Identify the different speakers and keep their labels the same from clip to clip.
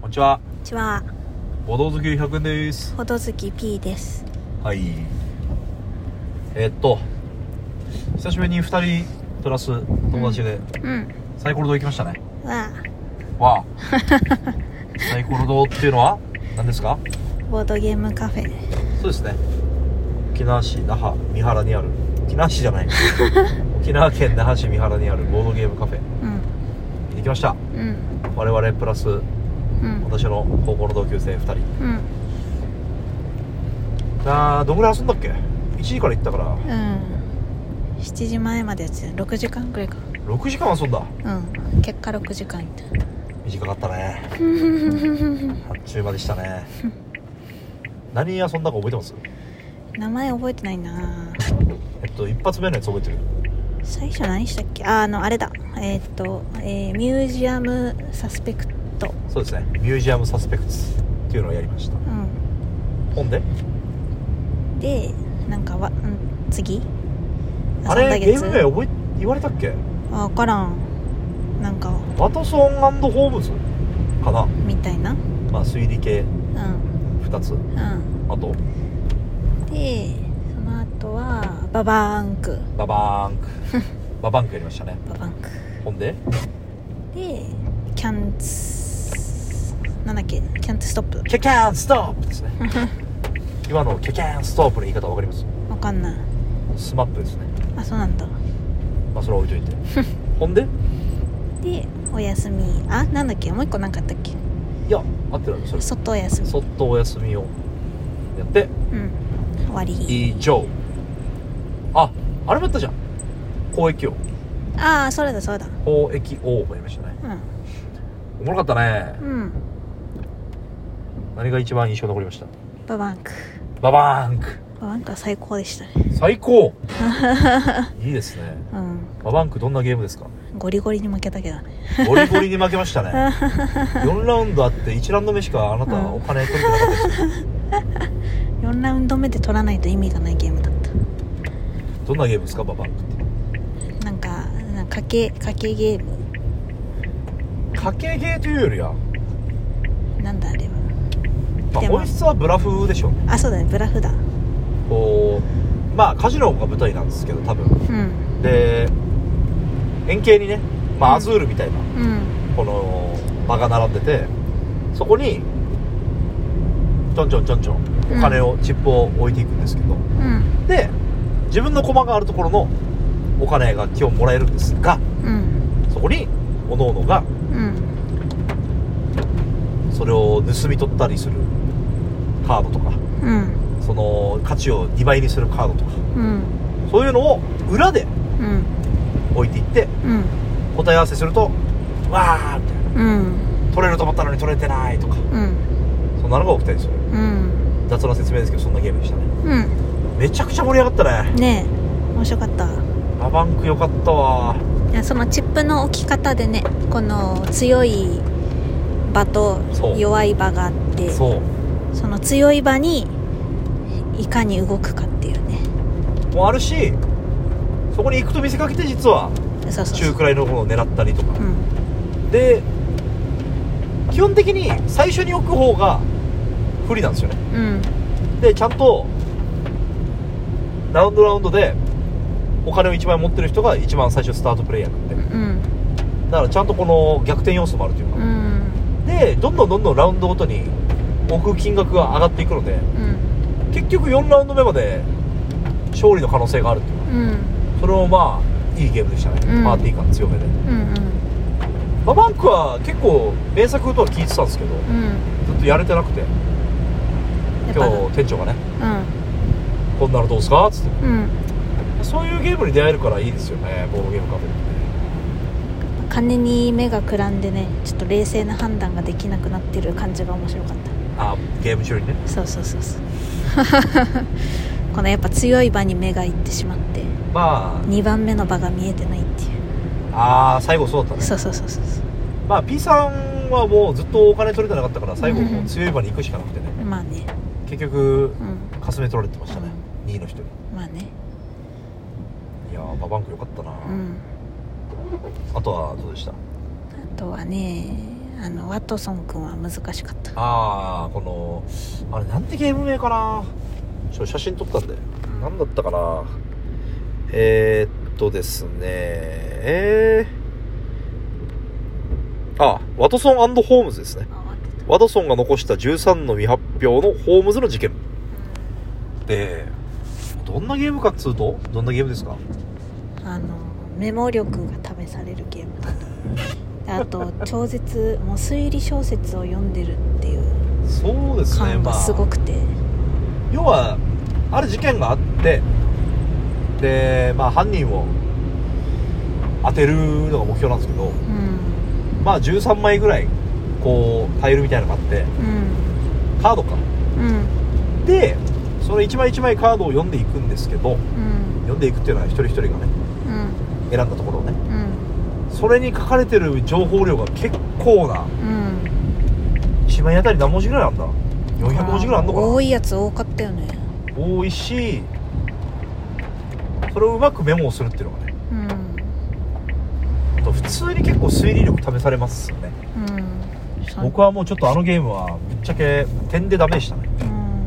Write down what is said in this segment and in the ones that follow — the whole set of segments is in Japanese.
Speaker 1: こんにちは。
Speaker 2: こんにちは、
Speaker 1: ボド好き100円です。
Speaker 2: ほどずき P です。
Speaker 1: はい。えっと、久しぶりに2人プラス友達で
Speaker 2: うん。
Speaker 1: サイコロ堂行きましたね。
Speaker 2: は、
Speaker 1: わあ。サイコロ堂っていうのは何ですか
Speaker 2: ボードゲームカフェ。
Speaker 1: そうですね。沖縄市那覇三原にある、沖縄市じゃ ない。沖縄県那覇市三原にあるボードゲームカフェ
Speaker 2: うん。
Speaker 1: 行きました。
Speaker 2: うん。
Speaker 1: 我々プラス
Speaker 2: うん。
Speaker 1: 私の高校の同級生2人。
Speaker 2: うん。
Speaker 1: あー、どんぐらい遊んだっけ ?1 時から行ったから、
Speaker 2: うん。7時前までやってた。6時間くらいか。
Speaker 1: 6時間遊んだ。
Speaker 2: うん。結果6時間いた。
Speaker 1: 短かったね。あ っちゅう間でしたね 何遊んだか覚えてます
Speaker 2: 名前覚えてないな
Speaker 1: えっと一発目のやつ覚えてる
Speaker 2: 最初何したっけあ、あの、あれだ。えーっと、えーミュージアムサスペクト。
Speaker 1: そうですねミュージアムサスペクツっていうのをやりました
Speaker 2: う
Speaker 1: ほんで
Speaker 2: ん。で、なんかわ、うん、次
Speaker 1: あれゲーム名覚え言われたっけ
Speaker 2: あ、わからん。なんか、
Speaker 1: ワトソンホームズかな
Speaker 2: みたいな。
Speaker 1: まあ推理系
Speaker 2: うん。
Speaker 1: 2つ
Speaker 2: うん。
Speaker 1: あと
Speaker 2: でその後はババーンク
Speaker 1: ババーンクババンクやりましたね
Speaker 2: ババンク
Speaker 1: ほんで
Speaker 2: でキャンツなんだっけキャンツストップ
Speaker 1: ケキャンストップですね今のケキャンストップの言い方わかります
Speaker 2: わかんない
Speaker 1: スマップですね
Speaker 2: あそうなんだ
Speaker 1: まあそれは置いといてほんで
Speaker 2: でお休みあなんだっけもう一個なんかあったっけ
Speaker 1: いや合ってるわけそれ
Speaker 2: 外お休み
Speaker 1: そっとお休みをやって
Speaker 2: うん終わり
Speaker 1: 以上ああれもやったじゃん交易王
Speaker 2: ああそれだそれだ
Speaker 1: 交易王もやりましたね
Speaker 2: う
Speaker 1: おもろかったね
Speaker 2: んうん
Speaker 1: 何が一番印象残りました
Speaker 2: ババンク
Speaker 1: ババーンク
Speaker 2: ババンクは最高でしたね
Speaker 1: 最 高いいですね
Speaker 2: うん
Speaker 1: ババンクどんなゲームですか
Speaker 2: ゴリゴリに負けたけどね
Speaker 1: ゴリゴリに負けましたね 4ラウンドあって1ラウンド目しかあなた
Speaker 2: うん
Speaker 1: お金取れてなかったですよ
Speaker 2: 4ラウンド目で取らないと意味がないゲームだった
Speaker 1: どんなゲームですかババンクって
Speaker 2: なんかなんか賭け賭けゲーム
Speaker 1: 家計ゲーというよりは、
Speaker 2: なんだあれは
Speaker 1: まあ、
Speaker 2: でも
Speaker 1: 本質はブラフでしょうね
Speaker 2: あそうだねブラフだ
Speaker 1: こうまあカジノが舞台なんですけど多分
Speaker 2: うん
Speaker 1: で円形にね、まあ、
Speaker 2: うん
Speaker 1: アズールみたいな、
Speaker 2: うん
Speaker 1: この場が並んでてそこにちょんちょんちょんちょんお金を、チップを置いていくんですけど
Speaker 2: うん
Speaker 1: で自分の駒があるところのお金が基本もらえるんですが
Speaker 2: うん
Speaker 1: そこに各々が
Speaker 2: うん
Speaker 1: それを盗み取ったりするカードとか
Speaker 2: うん
Speaker 1: その価値を2倍にするカードとか
Speaker 2: うん
Speaker 1: そういうのを裏で
Speaker 2: うん
Speaker 1: 置いていって
Speaker 2: うん
Speaker 1: 答え合わせすると「わー」みたいな
Speaker 2: うん
Speaker 1: 「取れると思ったのに取れてない」とか
Speaker 2: うん
Speaker 1: そんなのが起きたりする
Speaker 2: うん
Speaker 1: 雑な説明ですけどそんなゲームでしたね
Speaker 2: うん
Speaker 1: めちゃくちゃ盛り上がったね
Speaker 2: ねえ面白かった
Speaker 1: ババンクよかったわ
Speaker 2: いやそのチップの置き方でねこの強い場と
Speaker 1: そう
Speaker 2: 弱い場があってそ
Speaker 1: そう
Speaker 2: の強い場にいかに動くかっていうね
Speaker 1: もあるしそこに行くと見せかけて実は
Speaker 2: そうそうそ
Speaker 1: 中
Speaker 2: う
Speaker 1: くらいのものを狙ったりとか
Speaker 2: うん
Speaker 1: で基本的に最初に置く方が不利なんですよね
Speaker 2: うん
Speaker 1: でちゃんとラウンドラウンドでお金を1枚持ってる人が一番最初スタートプレイヤーになって
Speaker 2: うん
Speaker 1: だからちゃんとこの逆転要素もあるという
Speaker 2: う
Speaker 1: か
Speaker 2: ん
Speaker 1: でどんどんどんどんラウンドごとに置く金額が上がっていくので
Speaker 2: うん
Speaker 1: 結局4ラウンド目まで勝利の可能性があるっていう
Speaker 2: うん
Speaker 1: それもまあいいゲームでしたね、
Speaker 2: うん
Speaker 1: パーティー感強めで
Speaker 2: うん
Speaker 1: ババンクは結構名作とは聞いてたんですけど
Speaker 2: うん
Speaker 1: ずっとやれてなくて
Speaker 2: やっぱ
Speaker 1: 今日店長がね「
Speaker 2: う
Speaker 1: こんなのどうすか?」っつって
Speaker 2: んうん
Speaker 1: そういうゲームに出会えるからいいですよねボードゲームカフェって
Speaker 2: 金に目がくらんでねちょっと冷静な判断ができなくなってる感じが面白かっ
Speaker 1: あゲーム中にね
Speaker 2: たそうそうそうそう このやっぱ強い場に目がいってしまって
Speaker 1: ま
Speaker 2: 2番目の場が見えてないっていう
Speaker 1: ああー最後そうだったね
Speaker 2: そうそうそうそうそう
Speaker 1: まあ P さんはもうずっとお金取れてなかったから最後もう強い場に行くしかなくてね
Speaker 2: まあね
Speaker 1: 結局
Speaker 2: うん
Speaker 1: かすめ取られてましたね2位の人に
Speaker 2: まあね
Speaker 1: いやーババンクよかったな、
Speaker 2: うん
Speaker 1: あとはどうでした
Speaker 2: あとはねあのワトソン君は難しかった
Speaker 1: ああこのあれなんてゲーム名かなちょ写真撮ったんで何だったかなえー、っとですねえー、あワトソンホームズですね
Speaker 2: 慌てた
Speaker 1: ワトソンが残した13の未発表のホームズの事件でどんなゲームかっつうとどんなゲームですか
Speaker 2: うんあのメモ力が試されるゲームだったあと超絶もう推理小説を読んでるっていう
Speaker 1: そうですね
Speaker 2: 感
Speaker 1: ま
Speaker 2: が
Speaker 1: あ
Speaker 2: すごくて、
Speaker 1: 要はある事件があってでまあ犯人を当てるのが目標なんですけど
Speaker 2: うん
Speaker 1: まあ13枚ぐらいこうタイルみたいなのがあって
Speaker 2: うん
Speaker 1: カードか
Speaker 2: うん
Speaker 1: でその1枚1枚カードを読んでいくんですけど
Speaker 2: うん
Speaker 1: 読んでいくっていうのは一人一人がね
Speaker 2: うん
Speaker 1: 選んだところをね
Speaker 2: うん
Speaker 1: それに書かれてる情報量が結構な
Speaker 2: うん
Speaker 1: 1枚あたり何文字ぐらいなんだ400文字ぐらいあんのかな
Speaker 2: 多いやつ多かったよね
Speaker 1: 多いしそれをうまくメモをするっていうのがね
Speaker 2: うん
Speaker 1: あと普通に結構推理力試されますよね
Speaker 2: うんそ
Speaker 1: 僕はもうちょっとあのゲームはぶっちゃけ点でダメでしたね
Speaker 2: うん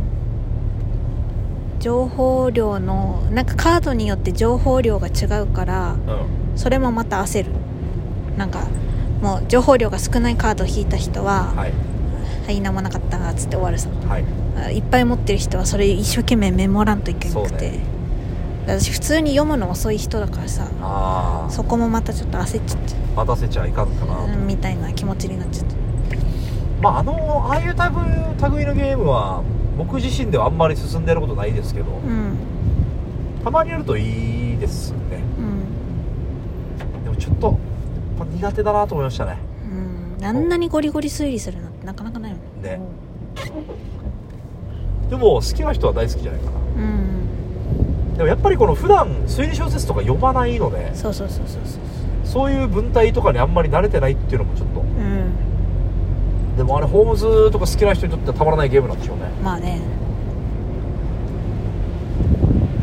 Speaker 2: 情報量のなんかカードによって情報量が違うから
Speaker 1: うん
Speaker 2: それもまた焦るなんかもう情報量が少ないカードを引いた人は「は
Speaker 1: はい
Speaker 2: い、何もなかった」っつって終わるさ
Speaker 1: はい
Speaker 2: あいっぱい持ってる人はそれ一生懸命メモらんといけなく
Speaker 1: そう
Speaker 2: て、
Speaker 1: ね
Speaker 2: 私普通に読むの遅い人だからさ
Speaker 1: ああ
Speaker 2: そこもまたちょっと焦っちゃって
Speaker 1: 待たせちゃいかんかなと、
Speaker 2: うんみたいな気持ちになっちゃった
Speaker 1: まああのああいう類類のゲームは僕自身ではあんまり進んでやることないですけど
Speaker 2: うん
Speaker 1: たまにやるといいですね
Speaker 2: うん
Speaker 1: でもちょっとやっぱ苦手だなと思いましたね
Speaker 2: うんあんなにゴリゴリ推理するなんてなかなかないよね
Speaker 1: ねでも好きな人は大好きじゃないかな
Speaker 2: うん
Speaker 1: でもやっぱりこの普段推理小説とか読まないので
Speaker 2: そうそうそうそうそう
Speaker 1: そういう文体とかにあんまり慣れてないっていうのもちょっと
Speaker 2: うん
Speaker 1: でもあれホームズとか好きな人にとってはたまらないゲームなんでしょうね
Speaker 2: まあね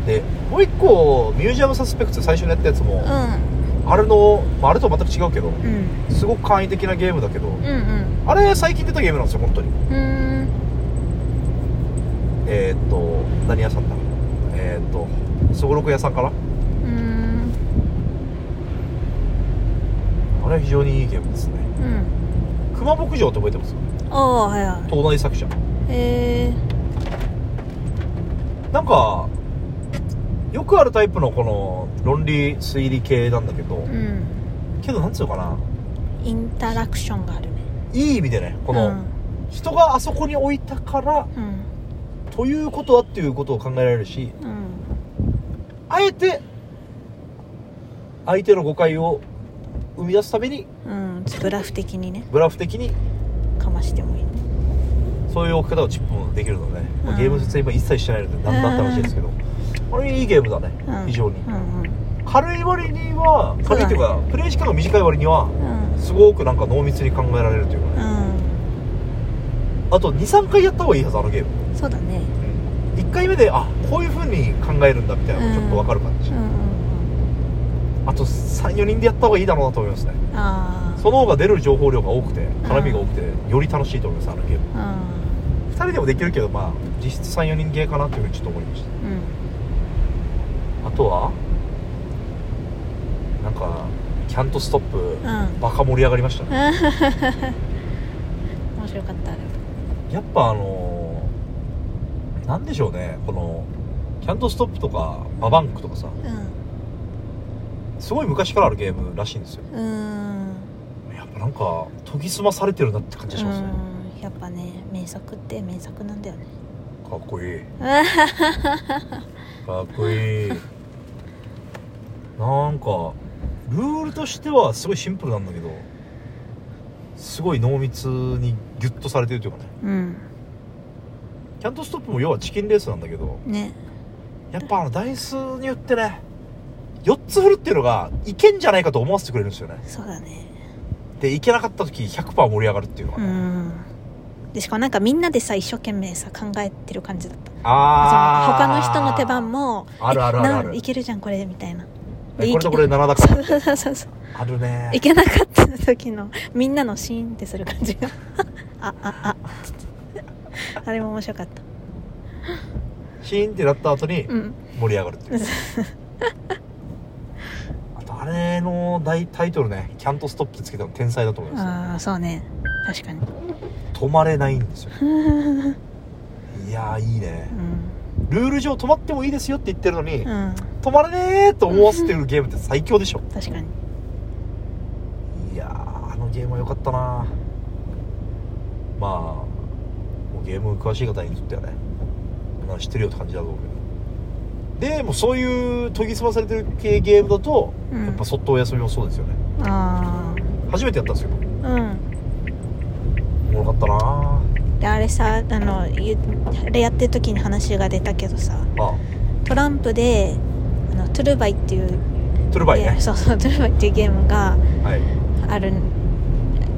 Speaker 1: でもう一個ミュージアムサスペクツ最初にやったやつも、
Speaker 2: う
Speaker 1: あれの、まあ、あれとは全く違うけど
Speaker 2: んうん
Speaker 1: すごく簡易的なゲームだけど、
Speaker 2: うんうん
Speaker 1: あれ最近出たゲームなんですよ本当に
Speaker 2: うーん
Speaker 1: えーっと何屋さんだえーっとそごろく屋さんかな
Speaker 2: うーん
Speaker 1: あれは非常にいいゲームですね
Speaker 2: うん
Speaker 1: 熊牧場って覚えてます
Speaker 2: ああはいは
Speaker 1: 東大作者
Speaker 2: いへえ
Speaker 1: なんかよくあるタイプのこの論理推理系なんだけど
Speaker 2: うん
Speaker 1: けどなんつうのかな
Speaker 2: インタラクションがあるね
Speaker 1: いい意味でねこの、人があそこに置いたから
Speaker 2: うん
Speaker 1: ということはっていうことを考えられるし
Speaker 2: うんうん
Speaker 1: あえて相手の誤解を生み出すために
Speaker 2: うんブラフ的にね
Speaker 1: ブラフ的に
Speaker 2: かましてもいいね
Speaker 1: そういう置き方をチップもできるので、まあ
Speaker 2: うん
Speaker 1: ゲーム説今一切してないので何だって話ですけど、これいいゲームだね、
Speaker 2: うん
Speaker 1: 非常に
Speaker 2: うんうん
Speaker 1: 軽い割には
Speaker 2: そう
Speaker 1: 軽い
Speaker 2: だ
Speaker 1: と
Speaker 2: ね
Speaker 1: いうかプレイ時間が短い割には
Speaker 2: うん
Speaker 1: すごくなんか濃密に考えられるというかね、あと23回やった方がいいはずあのゲーム
Speaker 2: うんそうだね
Speaker 1: 1回目であこういう風に考えるんだみたいなのがちょっと分かる感じ、
Speaker 2: うんうん
Speaker 1: あと34人でやった方がいいだろうなと思いますね
Speaker 2: うんああ
Speaker 1: その方が出る情報量が多くて絡みが多くてより楽しいと思いますあのゲーム
Speaker 2: う
Speaker 1: 2人でもできるけどまあ実質34人ゲーかなというふうにちょっと思いました
Speaker 2: んうん
Speaker 1: あとはなんかキャントストップ、
Speaker 2: うん
Speaker 1: バカ盛り上がりましたね
Speaker 2: 面白かったあれ
Speaker 1: やっぱあのーなんでしょうねこのキャントストップとかババンクとかさすごい昔からあるゲームらしいんですよ
Speaker 2: うんうん
Speaker 1: やっぱなんか研ぎ澄まされてるなって感じがしますね、
Speaker 2: うんやっぱね名作って名作なんだよね
Speaker 1: かっこ いいかっこいいなんかルールとしてはすごいシンプルなんだけどすごい濃密にギュッとされてるというかね
Speaker 2: うん
Speaker 1: キャントストップも要はチキンレースなんだけど
Speaker 2: ね
Speaker 1: やっぱあのダイスによってね4つ振るっていうのがいけんじゃないかと思わせてくれるんですよね
Speaker 2: そうだね
Speaker 1: でいけなかった時100%盛り上がるっていうのが
Speaker 2: う
Speaker 1: ね、
Speaker 2: んでしかもなんかみんなでさ一生懸命さ考えてる感じだった
Speaker 1: ああ
Speaker 2: その他の人の手番も
Speaker 1: あるあるあるある
Speaker 2: えなんいけるじゃんこれみたいな
Speaker 1: えこれとこれ7だか
Speaker 2: そ
Speaker 1: ら
Speaker 2: うそうそうそう
Speaker 1: あるね
Speaker 2: いけなかったの時のみんなのシーンってする感じがあああつってあれも面白かった
Speaker 1: シーンってなった後に
Speaker 2: うん
Speaker 1: 盛り上がるっていう、あとあれの大タイトルね「キャントストップ」つけたの天才だと思いま
Speaker 2: ああそうね確かに
Speaker 1: す止まれないんですよ
Speaker 2: うん
Speaker 1: いやーいいねルール上止まってもいいですよって言ってるのに、
Speaker 2: うん
Speaker 1: 止まれねーと思わせてるゲームって最強でしょ
Speaker 2: 確かに
Speaker 1: いやーあのゲームは良かったなまあもうゲーム詳しい方にとってはねまあ知ってるよって感じだと思うけどでもうそういう研ぎ澄まされてる系ゲームだと、
Speaker 2: うん
Speaker 1: やっぱそっとお休みもそうですよね
Speaker 2: あ
Speaker 1: 初めてやったんですよ
Speaker 2: あうん
Speaker 1: おもろかったなあ
Speaker 2: であれさあのゆあれやってる時に話が出たけどさ
Speaker 1: あ
Speaker 2: トランプであのトゥルバイっていう
Speaker 1: トゥルバイ
Speaker 2: いや
Speaker 1: ね
Speaker 2: そうそうトゥルバイっていうゲームが
Speaker 1: はい
Speaker 2: ある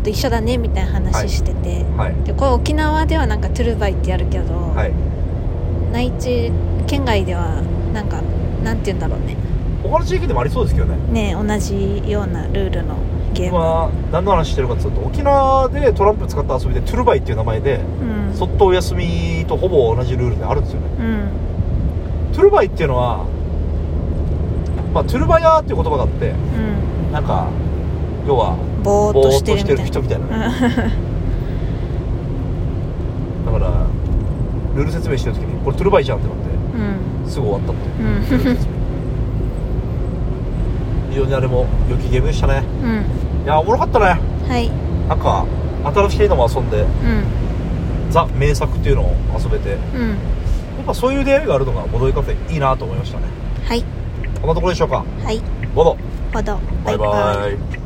Speaker 2: と一緒だねみたいな話してて、
Speaker 1: はい
Speaker 2: でこれ沖縄ではなんかトゥルバイってやるけど、
Speaker 1: はい
Speaker 2: 内地県外ではなんかなんて言うんだろうね
Speaker 1: 他の地域でもありそうですけどね
Speaker 2: ね同じようなルールのゲーム、
Speaker 1: 今何の話してるかっていうと沖縄でトランプ使った遊びでトゥルバイっていう名前で
Speaker 2: うん
Speaker 1: そっとお休みとほぼ同じルールであるんですよね
Speaker 2: うん
Speaker 1: トゥルバイっていうのは、まあ、トゥルバヤーっていう言葉があって
Speaker 2: う
Speaker 1: なんか要は
Speaker 2: んぼーっ
Speaker 1: ぼ
Speaker 2: と
Speaker 1: ー
Speaker 2: し
Speaker 1: っとしてて
Speaker 2: る
Speaker 1: る
Speaker 2: み
Speaker 1: 人
Speaker 2: たい
Speaker 1: みたいなね
Speaker 2: な
Speaker 1: だからルール説明してる時にこれトゥルバイじゃんってなっ
Speaker 2: うん
Speaker 1: てすぐ終わったって
Speaker 2: うんうん
Speaker 1: いうルール説明非常にあれも良きゲームでしたね
Speaker 2: うん
Speaker 1: いやーおもろかったね
Speaker 2: はい
Speaker 1: なんか新しいのも遊んで
Speaker 2: う
Speaker 1: ザ名作っていうのを遊べてや
Speaker 2: んうん
Speaker 1: っぱそういう出会いがあるのがボドゲカフェいいなと思いましたね
Speaker 2: はい
Speaker 1: こんなところでしょうか
Speaker 2: はい
Speaker 1: ボド
Speaker 2: ほど
Speaker 1: バイバイ